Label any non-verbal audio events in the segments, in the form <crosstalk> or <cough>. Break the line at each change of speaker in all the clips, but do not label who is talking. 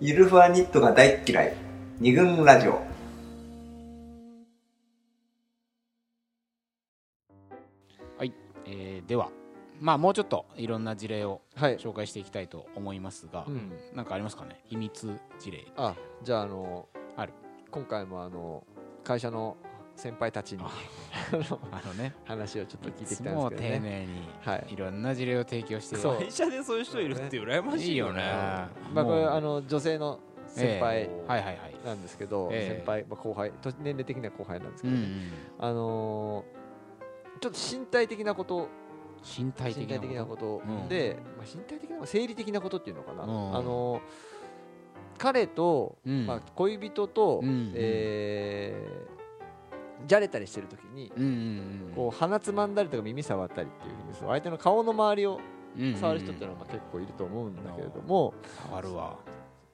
ゆるふわニットが大っ嫌い二軍ラジオ
えーではまあもうちょっといろんな事例を
はい、
紹介していきたいと思いますが、
うん、
なんかありますかね秘密事例
あじゃああの
ある
今回もあの会社の先輩たちに
あ
あの
あのね
<laughs> 話をちょっと聞い
い
てき
つ
たんです
も
けど
丁
ね
寧に
はい
いろんな事例を提供して
そう
会社でそういう人いるって羨ましい
いいよね
まあこれ
もう
あの女性の先輩
はいはいはい
なんですけど、
ええ
先輩、まあ、後輩と年齢的な後輩なんです
う
け
んう
ど、
ん、
ねあのーちょっと身体的なこと
身体
身
的
体的な
なこ
こと
うん
で、まあ、身体的な生理的なことっていうのかな、
うん
あのー彼と、
うん
まあ、恋人と、
うん
えーじゃれたりしてる時に
とうんうんうん
こう鼻つまんだりとか耳触ったりっていうふうにそう相手の顔の周りを
うんうんうん
触る人っていうのはまあ結構いると思うんだけれども、
触るわ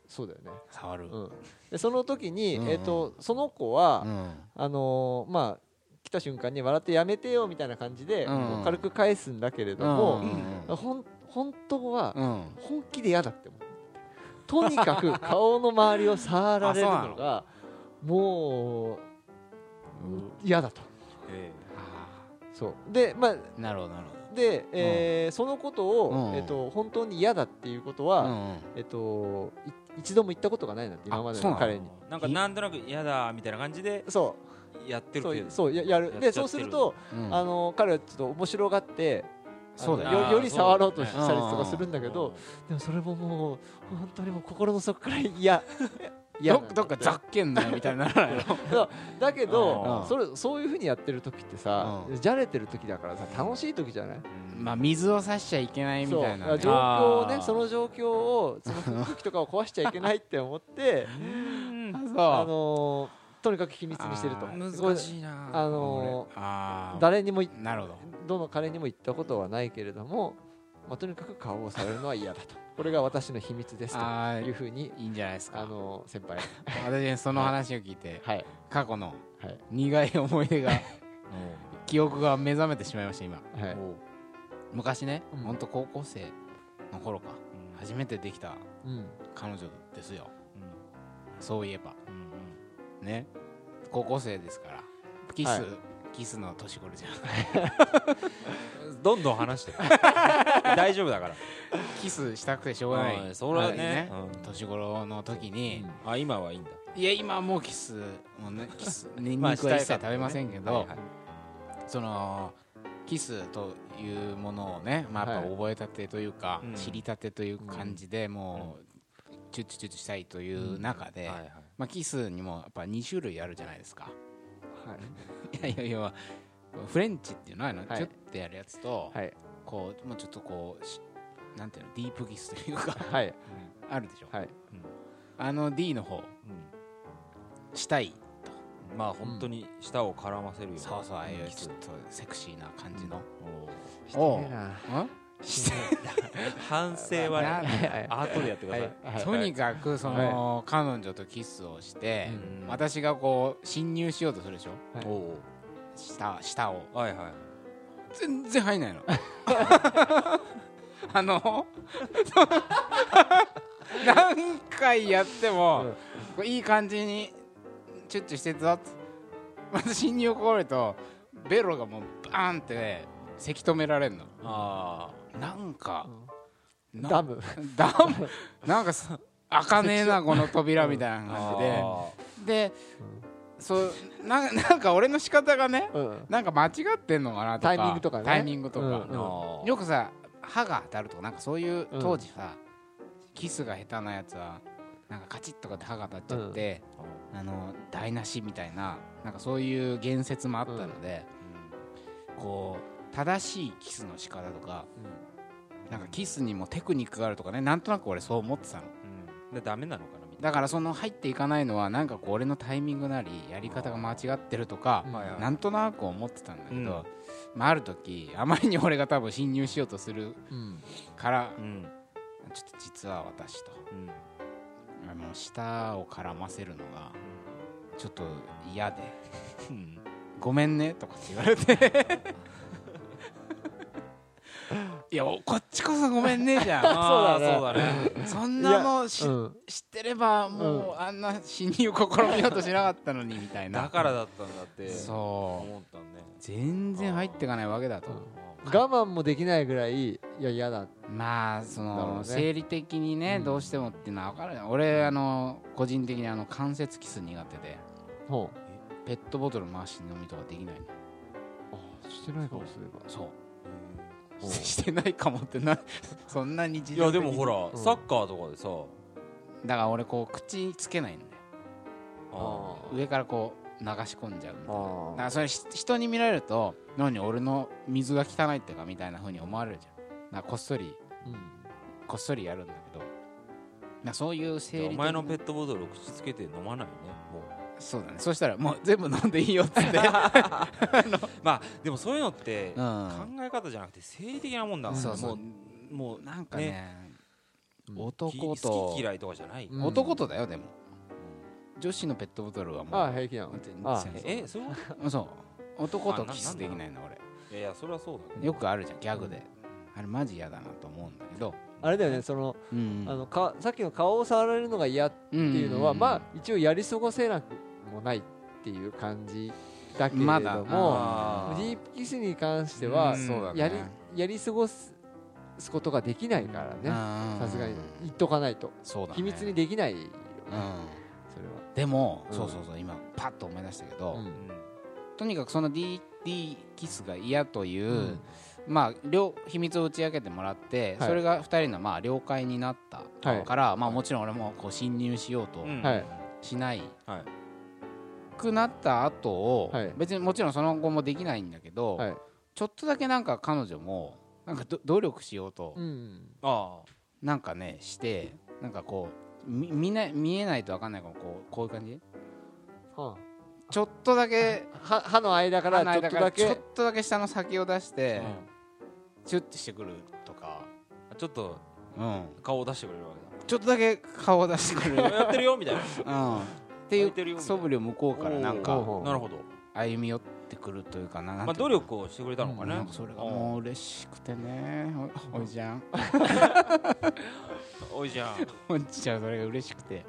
そうだよね、
触る、
うん、でその時に、
うんうん
えー、とその子は、
うん
あのーまあ来た瞬間に笑ってやめてよみたいな感じで、
うん
こう軽く返すんだけれど
う
も、
ん
ほん本当は
うんうん
本気で嫌だって思うとに
<laughs>
かく顔の周りを触られるのがもう嫌だと
え
あ
そうでまあ
ーなるほどなる
で、えーそのことを、
うん
えっと本当に嫌だっていうこと
ほど、う
は、
んうん
えっとい一度も言ったことがないなんて今まで
あそう
の
なの
彼に
えなんかなんとなく嫌だみたいな感じで
そ
やって
う
る
そ
け
う
ど
そうややる
や
で
っちゃ
そ
ってる
うすると、
うん
あの彼はちょっと面白がってあの
そうだよ
ね
よより触ろうとしたり
あーそうだね
とかするんだけどでもそれももう本当にもう心の底か
<laughs>
ら嫌嫌
どどっかざっけんなよみたいにな <laughs> らないの
だけ
う
ど
ん
それそういうふうにやってる時ってさ
う
じゃれてる時だからさ楽しい時じゃない
まあ水を差しちゃいけないみ
そう
たいなね、
状況を
あ
ね
ー
その状況をその空気とかを壊しちゃいけないって思って
うん
あ
あそう
のーとにかく秘密にしてると
あ
うん難しいな
あのー
ああ
誰にもい
なるほど
どの彼にも言ったことはないけれどもまあとにかく顔をされるのは嫌だとこれが私の秘密ですと
ああ
いうふうに
いいんじゃないですか
あのー先輩
私その話を聞いて
はい
過去の
はい
苦い思い出が記憶が目覚めてしまいました今
はい
昔ね
うん
ほんと高校生の頃か
うん
初めてできた
うん
彼女ですよ
うん
そういえば
うんうん
ね高校生ですからキス、
はい
キスの年頃じゃん
どんどん話して
<laughs>
大丈夫だから
キスしたくてしょうがない、
うんそれはね
はい
うん
年頃の時に、
あ今はいいんだ
いや今はもうキスもうねキ
<laughs>
スニン
まあ
ニクは一切
したい
食
からね
べませんけど、
はいはい
そのキスというものをね、まあ、やっぱ
はい
覚えたてというか、
うん
知りたてという感じでもう、チュッチュッチュッチュしたいという中で、
はいはい
まあ、キスにもやっぱ2種類あるじゃないですか。
はい
いやいやいやフレンチっていうのはあの、
はい
チュッてやるやつと、
はい
こうもうちょっとこうしなんていうのディープキスというか
はい
あるでしょ、
はい
あの D の方
うん
したい
うんまあ本当に舌を絡ませるよね
そうそうああいう
キ
ち
ス
ょっとセクシーな感じの、
お
し
ー
てねえな
うん
してね
反省は
な
ね
えなはい
後でやってください
はい
とにかくその、彼女とキスをして、
うん
私がこう侵入しようとするでしょ
はい
お
舌舌を
ーはいはい
全然入んないの <laughs> あの <laughs> 何回やっても、
うん
こういい感じにチュッチュしてたぞってまず侵入を試みるとベロがもうバーンってねせき止められるの
あ
なんか、な
ダム
ダムなんかす開かねえなこの扉みたいな感じで。で、そうななんか俺の仕方がね
うん
なんか間違ってんのかなとか
タイミングとかね
タイミングとか、
うん
あ
よくさ歯が当たるとかなんかそういう
うん
当時さ、キスが下手なやつはなんかカチッとかで歯が当たっちゃって、あの台無しみたいななんかそういう言説もあったので、こう正しいキスの仕方とかなんかキスにもテクニックがあるとかねなんとなく俺そう思ってたの
うんでダメなのかなみたい
だからその入っていかないのはなんかこう俺のタイミングなりやり方が間違ってるとか
うん
はいはい
なんとなく思ってたんだけど、まあ、ある時あまりに俺が多分侵入しようとする
うん
から
なうん
ちょっと実は私と
うん
あの舌を絡ませるのがちょっと嫌で「ごめんね」とかって言われていやこっちこそごめんねじ
<laughs>
ゃん
あー
そう
そうだね
そんなのし、
うん
知ってればもう、あんな侵入を試みようとしなかったのにみたいな
<laughs> だからだったんだって
そう
思ったんね
全然入っていかないわけだと、
我慢もできないぐらいいや嫌だ
まあそ
だろう
の、
ね
生理的にね、どうしてもっていうのは分かるよ俺あの個人的にあの関節キス苦手で
ほ
ペットボトル回し飲みとかできないの
うしてないかもすれば
そう
ほう
<laughs> してないかもってなそんな日常
いやでもほ
ら
ら
ん
サッカーとかでさ
だから俺こう口つけないんだよ
あ
上からこう流し込んじゃうみたいなだか
あ
らそれし人に見られると何俺の水が汚いってかみたいな風に思われるじゃんだからこっそり
うん
こっそりやるんだけどなそういう
ー
生理
お
的
前のペ
ッ
ットボトルを口つけて飲まないよねもう
そうだねそしたらもう全部飲んでいいよっつって
まあでもそういうのって
う
考
ん
え方じゃなくて生理的なもんだから
そうそ
も
う
う
もうなんかね
うん
男
好
と
き嫌いとかじゃない
うん
男とだよでも女子のペットボトルはも
ああ
う
平気なのあ
全然
えそういうこ
そうそう男とキスできないの俺
といやいやそれはそうだね
よくあるじゃんギャグで、あれマジ嫌だなと思うんだけど、
あれだよねその
うん
あのかさっきの顔を触られるのが嫌って
て
いうのはまあ一応やり過ごせなくもないっていう感じだけれ
まだ
ども
あ
ディープキスに関しては
うん
そうだね
やりやり過ごすことができないからねさ
さ
すがに言っとかないと
そうだ、ね、
秘密にできないよね
うん
それは
でも、
うん
そうそうそう今パッと思い出したけど、
うん
とにかくその D, D キスが嫌という、
うん
まあ両秘密を打ち明けてもらって、
はい
それが二人のまあ了解になったから、まあもちろん俺もこう侵入しようと
うん
はい
しない、
はい
くなった後を、
はい
別にもちろんその後もできないんだけど、
はい
ちょっとだけなんか彼女もなんかど努力しようと
うん
あ
なんかねしてなんかこうみ見ない見えないと分かんないからこうこういう感じ
は
ちょっとだけ
歯歯の間からちょっとだ
ちょっ
け
とだけ下の先を出し
あ
て
う
チュッてしてくるとか、
んちょっと
うん、
顔を出してくれるわ
ちょっとだけ顔を出してくる、
けだやってるよみたいな
うん、って
空いてる
い
よ
う
みたい
素
な
振りを向こうからなん
おうお
か
う
なるほど
歩み寄ってくるというかななん
まあ
てい
努
うのかな
力をしてくれたのかね
なんかそれがもう嬉しくてねおおいちゃん
うんおいじゃん
おいちゃんそれが嬉しくて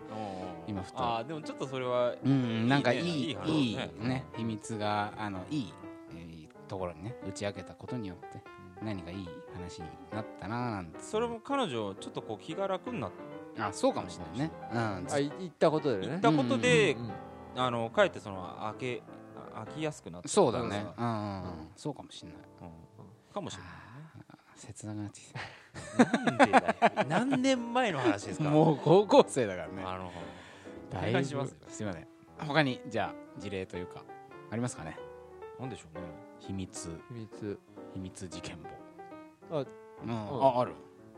今ふと
ああでもちょっとそれは
うん、なんかい
いいね
い、いい
いい話
ね
ね
秘密が、あの、いい、えーところにね、打ち明けたことによって、何かいい話になったなぁなんて。
それも彼女ちょっとこう気が楽になっ
あ、そうかもしれないね。うん、
あ
ず
い言ったことでね
たことで
うん
あのかえってその開けあ開きやすくなった
そうだね
ん。
うんうんうん、そうかもしれない。
うんかもしれ
切なくなってき
ないねなんでだよ何年前の話です
た。
か
もう高校生だからね。
あの
だ
お
い
願
ぶ
いしますよ
すいません。他に、じゃあ、事例というか、ありますかね。
なんでしょうね
秘密、
秘密
秘密事件簿。
あ
うん、
うん
あ、ある。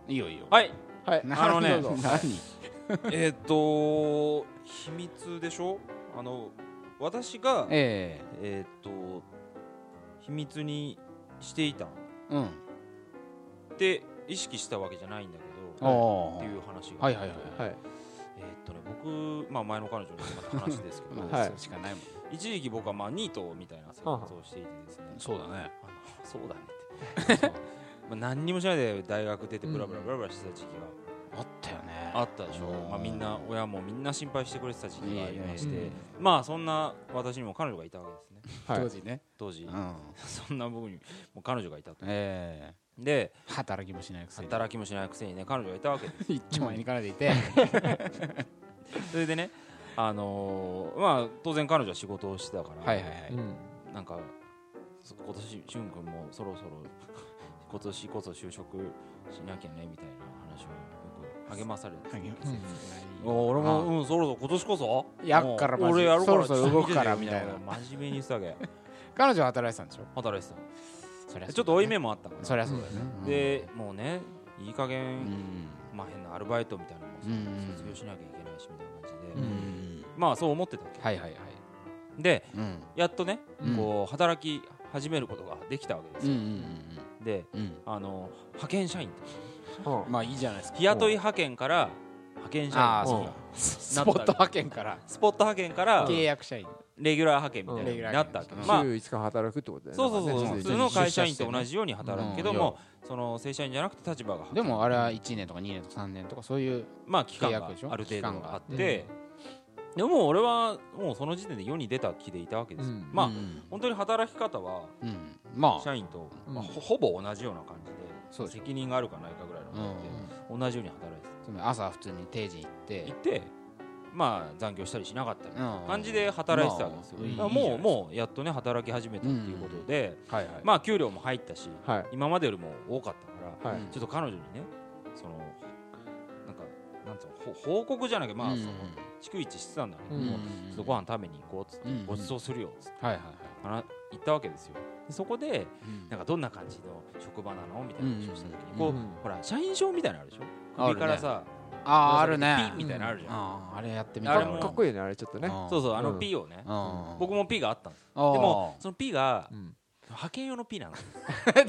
いいよ、いいよ。
はい
はい
なるほど
どうぞ
<laughs> 何
えーっと秘密でしょあの私が
え
えーっと秘密にしていたっ
えうん。
て意識したわけじゃないんだけど
お
って
ー
いう話が
はいはいはいはい。
はい
えーっとね僕まあ前の彼女にまた話で
<laughs>
すけど
まあ、
はい
そうしかないもんね。
一時期僕はまあニートみたいな生活をしていてですね
そうだね。
あのそうだねって <laughs> まあ何にもしないで大学出てブラブラブラブラしてた時期
あったよね。
があったでしょ、
うん
まあ、みんな親もみんな心配してくれてた時期がありまし
いえいえ
て
いえ
まあそんな私にも彼女がいたわけですね
はい
当時ね。
当時
うん。
<laughs> そんな僕にも彼女がいたと
ええ
で
働きもしないくせに。
働きもしないくせにね彼女がいたわけです
一丁前に彼女いて。
それでねあのーまあ当然彼女は仕事をしてたから、
はいはいはい。
うん
なんかそ今年しゅん君もそろそろ <laughs> 今年こそ就職しなきゃねみたいな話を僕励まされて
うん
お俺もうんそろそろ今年こそ
やっから
も
マ
う
ジ
俺やるから
そろそろ動くから
ちょっと見ててよ
み
みたいな真面目に言ってたわけ
彼女は働いてたんでしょ
働いて
そりゃそ
た
うだね
ちょっと負い目もあったから
そりゃそうだよね。うん、
でもうねいい加減、
うん。
まあ変なアルバイトみたいなのもさ
うん
卒業しなきゃいけないしみたいな感じで、
うん。
まあそう思ってたわ
はいはいはい。
けで
うん。
やっとね、
うん
こう働き始めることができたわけです
うん
よ、
うん
で
うんうん。
あの派遣社員
は
まあいいじゃないですか。
日雇い派遣から派遣社員
ああ、そうだ。スポット派遣から
スポット派遣から
契約社員
レギュラー派遣みたいな
うん
になったわけ、
レギュラー派遣
まあ
週5日働くってことだよね
そうそうそう
なんかね続
普
い
通
て
の会社員と同じように働くけども、その正社員じゃなくて立場が
でもあれは1年とか2年とか3年とかそういう
まあ期間が
契約でしょ
ある程度あっ
期間が
て、でももう俺はもうその時点で世に出た気でいたわけですよ、
うん
まあ、
うん
本当に働き方は
うんまあ
社員と、
うん
まあほほぼ同じような感じで
そうでしょ
責任があるかないかぐらいの
うん
感じで同じように働いて
つまり朝普通に定時行って
ていてまあ残業したりしなかったりみたいな
うん
感じで働いてたわけですよ、
まあいい
だ
い
から
いじゃない
も
うですか
もうやっとね働き始めたっていうことで、
はいはい
まあ給料も入ったし
はい
今までよりも多かったから
はい
うん
ちょっと彼女にねそのなんかなんつうのほ報告じゃなきゃまあその逐一してたんだけど
うん
もうちょっとご飯食べに行こうっつって
うん
ごちそうするよっつって
はいはいはい
話行ったわけですよでそこで
うん
なんかどんな感じの職場なのみたいな話をした時に
うんう
こうんほら社員証みたいなのあるでしょ
あるね
首からさ
あーあ
ぶ
る
ら下げて
ね
ピッみたいなのあるじゃん
あーあれやってみた
あ
い
れ
か
も
かっこいいよねあれちょっとね
そうそうあ
う
の
ん
P をね
うん
僕も P があったんです
で <laughs>
でもその P が
うん
派遣用の P なの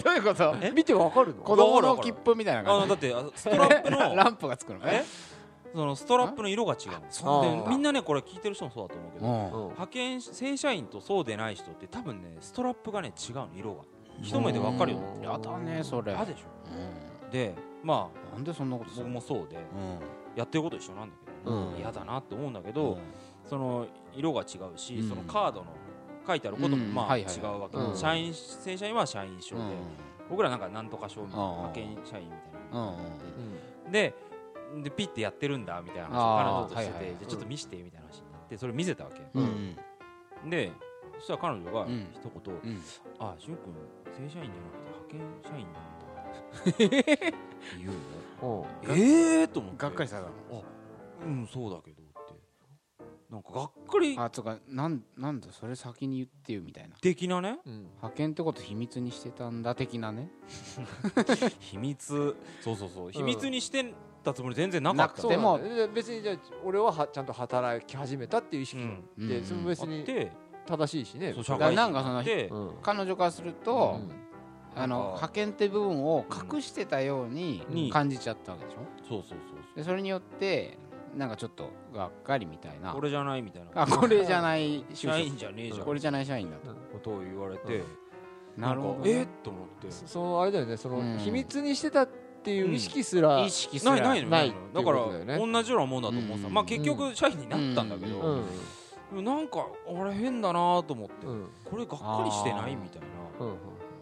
どういうこと
え
見てわかる
子
の
供の切符みたいな
あの
感
だってあストラップ
じ <laughs>
の
ランプがつくのね
えそのストラップの色が違うの
そうなんだ
でみんなねこれ聞いてる人もそうだと思うけ
う
ど
ん
うん
派遣正社員とそうでない人って多分ねストラップがね違うの色が一目で分かるようになって
やだねそれ
るあでしょでまあ
うんなんでそんなことする
僕もそうで
うん
やってること一緒なんだけど
うん
嫌だなって思うんだけどその色が違うし
うん
そのカードの書いてあることも
うん
まあ
はい
違
はいはいう
わけ
うん
社員正社員は社員証
う
で
ん
僕らなんかなんとか証みたいな
うん
派遣社員みたいな
うん
ででピッてやってるんだみたいな話を彼女とし
あ
て
ーはいはい
てじゃあちょっと見せてみたいな話になってそれ見せたわけ
うんうん
でそしたら彼女が
うん
一言
うん
「あしゅん君正社員じゃなくて派遣社員なんだ」って
<laughs>
言うの
うんうん
ええー、と思って
がっかりしただろ
あうんそうだけどってなんかがっかり
あつうかなんなんだそれ先に言ってよみたいな
的なね
うん
派遣ってこと秘密にしてたんだ的なね
秘密そうそうそう秘密にしてたつもり全然なかっ
なく
た
て
の
で
も
も別にじゃあ俺ははちゃんと働き始めたっていう意識
うん
で
うん
それも別
あっ
に
て
正しいしね
そう社
だ
会
から
人
なんかそ
にな
の
って
うん
彼女からすると
うん
あの
なんか
派遣って部分を隠してたように
に
感じちゃったわけでしょ
そうそうそう
でそれによってなんかちょっとがっかりみたい
そ
な
うこれじゃないみたい
あ
な
これじゃない就
社員
職
じゃねえじゃん
こ
こ
れじゃない社員だと
とを言われて
なるほど
えっ
ね
と思って
そそのあれだよねその
うん
秘密にしてたっていう意識すら
意識す
ない
る
ないのよ
ない
のよ
ってい
だ
う
か
ことだよね
ら同じようなもんだと思ってた
うん
まあ結局社員になったんだけ
う
ど
ん
でもなんかあれ変だなと思って
うん
これがっかりしてない
あー
みたいな
うん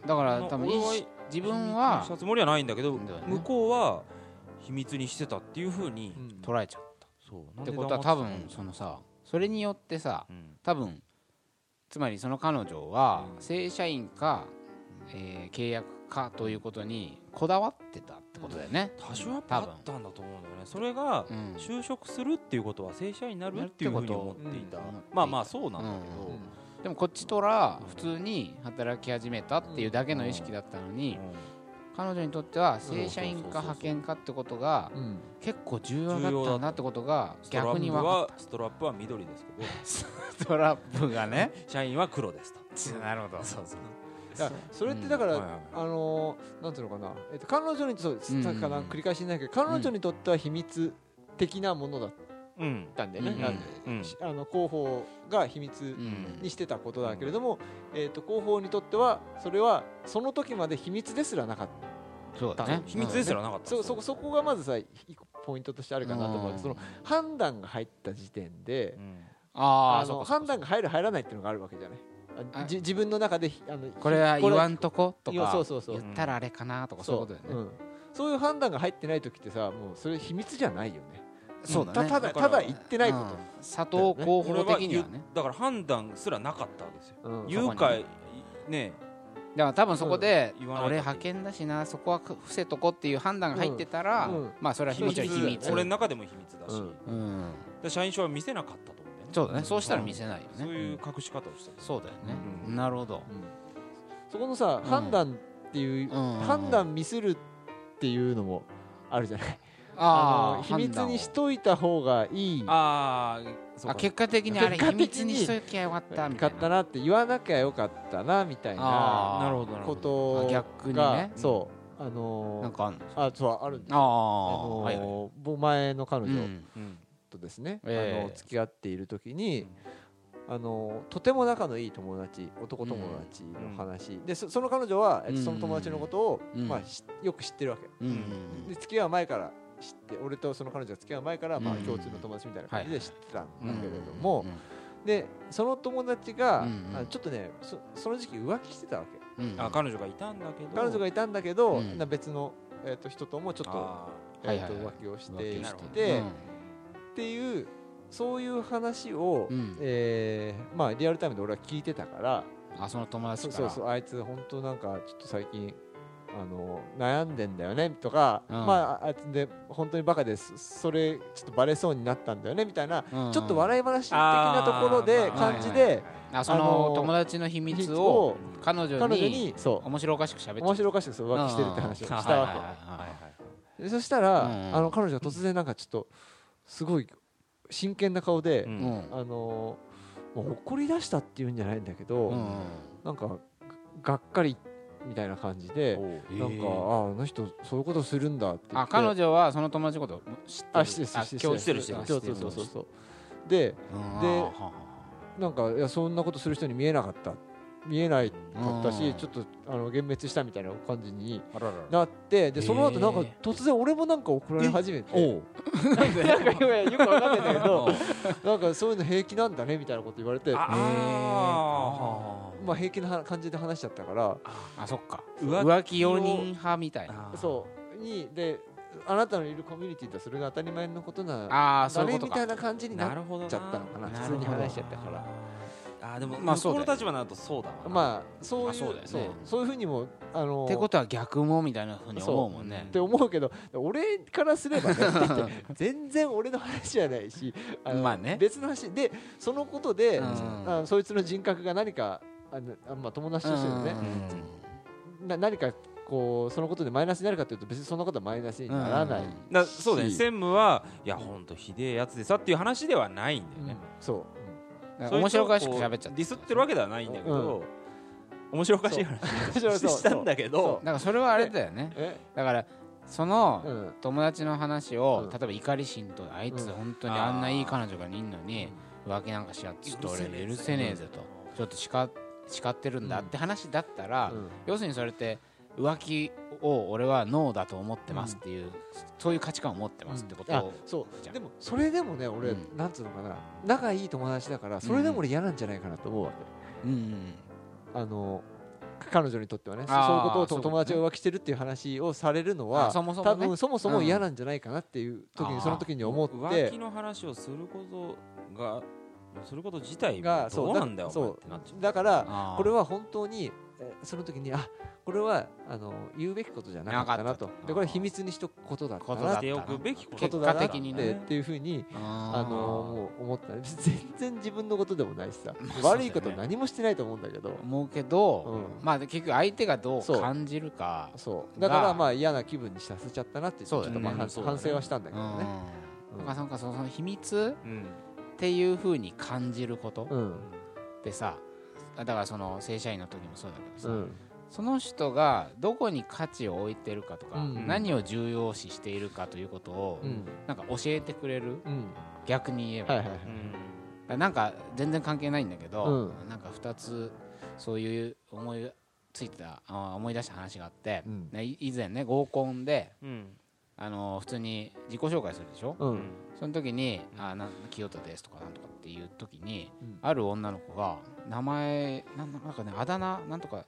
だから
な
多分
俺
意
は
識自分は
したつもりはないんだけど
だよね
向こうは秘密にしてたっていうふうに
うん
捉えちゃう
そうなん
っ
で
て
黙
こ
って
とは
た
多
の
分そのさそれによってさ
うん
多分つまりその彼女は
うん
正社員か、えー契約かということにこだわってたってことだよね、
多少やっぱあったんだと思うんだよねそれが
うん
就職するっていうことは正社員になるっていうふうに思っていた
うん
まあまあそうなんだ
うん
け
でもこっちとら普通に働き始めたっていうだけの意識だったのに、
ど
彼女にとっては正社員か派遣かってことが
うん
結構重要だったんだってことが逆に
ス
分
トラップ
か
は
っ
ストラップは緑ですけど
<laughs> たストラップがね
社員は黒ですと
なるほど
そうそう
だからそれってだか
うんはいはい
らあのーなんていうのかなえっと彼女にとって
うん
さっきから繰り返しになるけど彼女にとっては秘密的なものだっ
うん
たんだよね
うん
なんで
うん
しあの広報が秘密
うん
にしてたことだけれども、えー、と広報にとってはそれはその時まで秘密ですらなかった
そうだね
秘密ですらなかったん
そ
ですよ
そこそこがまずさ一個ポイントとしてあるかなと思う
うん
その判断が入った時点で
うん
あ
あ
あそう
の
かそう
判
か
断が入る入らないっていうのがあるわけじゃないあ
あ
じ自分の中でひあの
これは言わ
ん
んとこと
いや
か
そうそうそう
言ったらあれかなとかそういうことだよね、
んそういう判断が入ってない時ってさもうそれ秘密じゃないよね
そうだね
たただ
だから
ただ言ってないこ
うん佐藤候補的にはね
だから判断すらなかったわけですよ
と、うん
誘
そこ
拐ね
だから多分そこで、
うん言わない
俺派遣だしなそこは伏せとこっていう判断が入ってたら、
うんうん
まあそれは
秘
も
密
ちろん秘密
俺の中でも秘密だし、
う
うん
ん
で社員証は見せなかったと思うんだよね
そうだねそうしたら見せないよね、
そういう
うん
隠し方をした
そうだよね、
うん
なるほど
そこのさ、
うん
判断っていう、
うん
判断ミスるっていうのもあるじゃない
あ
あの
あ
秘密にしといた方がいい
ああそう
あ
か
結果的にあれ
結果
秘
的
密
に
にしときゃよかったみた
か
い
っ
な
たなって言わなきゃよかったなみたい
あー
な
なるほどなる
こ
ほど
と
あ
が
逆にね
そうあのー
なんかあんの
あそうあるんです
あ
あ
あ、
のー
はいはい
僕前の彼
う
女
ん
うん
とですね、
ええ
あの付き合っている時に、あのとても仲のいい友達男友達の話、でそその彼女は、えっと
うん
その友達のことを、
うん
まあ、しよく知ってるわけ、
うんうん
で付き合う前から知って俺とその彼女が付き合う前から、まあ、
うん
共通の友達みたいな感じで知ってたん
うん
だけれども、でその友達が、
うん
あちょっとねそその時期浮気してたわけ
うんうん
あ彼女がいたんだけど
彼女がいたんだけど、
うん
な別の、えっと人ともちょっと,、
あ
え
はい
っ
はい
と
はい
浮気をして
浮
い
気
して
て、
うん
っていうそういう話を、
うん
えーまあ、リアルタイムで俺は聞いてたから
あその友達
そう
から
そうそうあいつ本当なんかちょっと最近あの悩んでんだよねとか、
うん
まあ、ああいつで本当にバカですそれちょっとバレそうになったんだよねみたいな、
うんうん
ちょっと笑い話的なところで
あー
感じ
はいは
で
あそ
あの
の
ー
友達の秘
秘密
密
を
を彼女
彼女
に
にそう
面白おかしく喋って
面白おかしくそう浮気してるって話をした
うんはいはい
わ
はいはい
けでそしたら、
うん
あの彼女が突然なんかちょっとすごい真剣な顔で、
ーう
うん
ん
あのもう怒り出したっていうんじゃないんだけど、
うんうん
なんかががっかりみたいな感じで
おう
なんかあああの人そういうことするんだって言
あ
って
彼女はその友達のこと知ってる
あしてるしてる
あ共
してる
通してる
そうそうそうそうそうででなんかいやそんなことする人に見えなかった見えないかった
う
し
ん
ちょっとあの幻滅したみたいな感じに
あららら
なってでその後なんか
へえ
突然俺もなんか怒られ始めて
おう
なんか今よくわかんないんだけど
うん
なんかそういうの平気なんだねみたいなこと言われて
ああ
まあ平気な話感じで話しちゃったから
あそっか
浮
浮気4人派みたいな
あー
そうにであなたのいるコミュニティではそれが当たり前のことな
ああ
だ
そういう
ね
こと
みたい
か
な感じにな
なるほどな
っちゃったのかな
なるほど
普通に話しちゃったから
あーでも
まあ
向こう
そうだよ
の立場になるとそうだわな
まあそういう
あそうだよね
そうそういうふうにもあの
ってことは逆もみたいなふうに思うもんね
って思うけど俺からすればねだって全然俺の話じゃないしの
まあね
別の話でそのことで
うん
あそいつの人格が何かあのあまあ友達としてのねな何かこうそのことでマイナスになるかというと別にそんなことはマイナスにならない
うん
なそうだね
し
専務はいやほんとひでえやつでさっていう話ではないんだよね、
そう
うん
そいつを
面白おかしく喋っちゃ
こ
っ
う
た
ディスってるわけではないんだけど、面白おかしい話
そうそう
したんだけ
そ
ど
だからそれはあれだよね
え
だからその
うん
友達の話を、
うん
例えば怒り心とあいつ
うん
本当にあんないい彼女がいんのに、浮気なんかしやってちょっと俺許せねえぜと、ちょっと叱叱ってるんだって話だったら、
うん
要するにそれって浮気を俺はノーだと思ってますっていう、そういう価値観を持ってますってこと
あ
を、
そ
じゃ
うんでもそれでもね俺、
うん
なんつうのかな仲いい友達だからそれでも俺嫌なんじゃないかなと思うわけ、
うんうん
あの彼女にとってはねそ
あー
ういうこと
そう
を
ね
友達が浮気してるっていう話をされるのは
あそもそもね
多分そもそも嫌なんじゃないかなっていう時に、
うん
その時に思って
浮気の話をすることがすること自体が
が
どうなんだよお
そ
前っ
う
てなっちゃう
だから
あー
これは本当にえーその時にあこれはあの言うべきことじゃなかったなと
なかったと
でこれは秘密にしとくことだった
ことだ
な
っ
ったて
しておくべきこと
結
だ
果
なっ
的
て
に
っ
ね
ていうふうにあ
あ
のーもう思ったね別に全然自分のことでもないしさ、
まあ
悪い
そ
こと
うだよ
何もしてないと思うんだけど、
思うけど、
うん
まあ結局相手がどう
そう
感じるか
そうだから
が
まあ嫌な気分にさせちゃったなってちょっ
そうだ
と
ね
まあ反
そうだね
反省はしたんだけどね、
う
うんん
お母さんかそのその秘密
うん
っていう風に感じること
うん
ってさ、だからその正社員の時もそうだけどさ、
うん
その人がどこに価値を置いてるかとか、
うん
何を重要視しているかということを、
うん
なんか教えてくれる
うん
逆に言えば、
はいはいはい
うん
なんか全然関係ないんだけど、
う
なんか2つそういう思いついたあ思い出した話があって、
うん
ねい以前ね合コンで、
うん
あの普通に自己紹介するでしょ、
う
うんん
その時に「あなん清田です」とかなんとかっていう時に、
うん
ある女の子が名前なんなんかねあだ名なんとか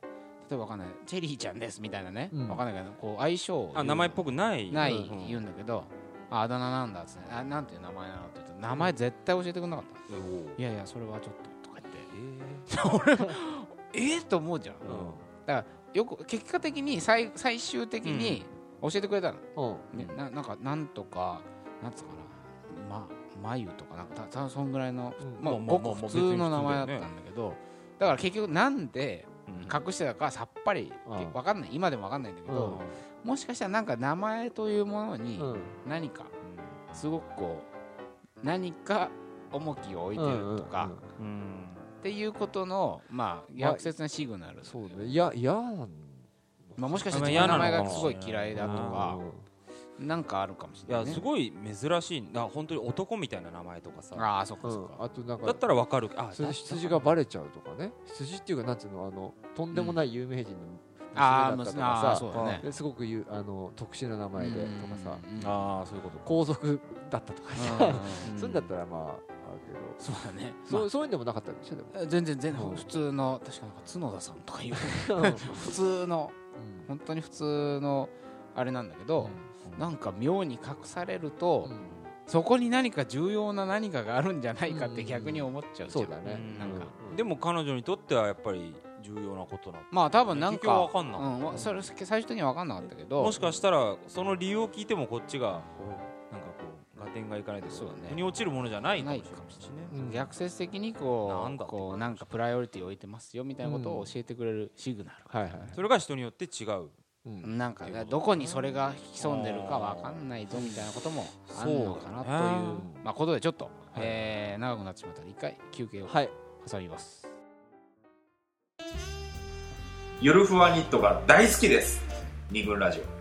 例えばわかんないチェリーちゃんですみたいなね、
うん
わかんないけどこう相性を言う
あ名前っぽくない
ない
うん
言うんだけど、ああだ名なんだっつってあなんていう名前なのって言って名前絶対教えてくれなかった、
おう
いやいやそれはちょっととか言って
えー
えっ、と思うじゃん、
うん
よく結果的に最最終的に教えてくれたの、
うん
ね、ななんかなんとかなんつうかなま眉とかなんかたたそんぐらいの、
うん
まあ
まあま
ご
あまあ
く
まあ
普通の名前だったんだけど、だから結局なんで
うん
隠してたかさっぱり
うん
けわかんない今でもわかんないんだけど、もしかしたらなんか名前というものに
うん
何かすごくこう何か重きを置いてるとか
うんうん
うん
っていうことのまあ逆説なシグナル
そうねいや嫌なん
まあもしかした
ま
ら
あ
自分の名前
嫌なのか
が
も
すごい嫌いだと
だ
か
うん
なんかあるかもし
い
れな
や
い、ね、
すごい珍しいな本当に男みたいな名前とかさ
ああそっかそっか、
あとなん
だ
か
ったらわかるあ
それで羊がバレちゃうとかね羊っていうかなんていうのあのとんでもない有名人の娘
ああ
だったと
娘ああ
か
そう
さ
だね
ですごくゆあの特殊な名前でとかさ
うんうんうん
あーそういうことか
皇族だったとか
うんうん
さ
うん
<laughs> そういうんだったらまああるけど
<laughs> そうだねまあ
そうそういうのもなかったでしょでも
全然全然
うん
普通の確かなんか角田さんとかいう
<laughs> う
普通の
ん
本当に普通のあれなんだけど、なんか妙に隠されると、
うん
そこに何か重要な何かがあるんじゃないかって逆に思っちゃう
そうだね
なんか
でも彼女にとってはやっぱり重要なことな
まあ多分なん
結局
か
わかんなか
うんわそれ最初には分かんなかったけど
もしかしたらその理由を聞いてもこっちがなんかこう合点がいかないと
そうだね
腑に落ちるものじゃないかもし
ない
れ
か
ない
も
し
し
ね
うん
逆説的にこ
なん
う
だ
こうなんかプライオリティを置いてますよみたいなことを教えてくれるシグナル、
はいはい
それが人によって違う
うん
なんかねどこにそれが潜んでるか分かんないぞみたいなこともあるのかなという
そうだね
まあ、ことでちょっと、えー長くなってしまったので一回休憩を
はい
挟みます、
ゆるふわニットが大好きです二軍ラジオ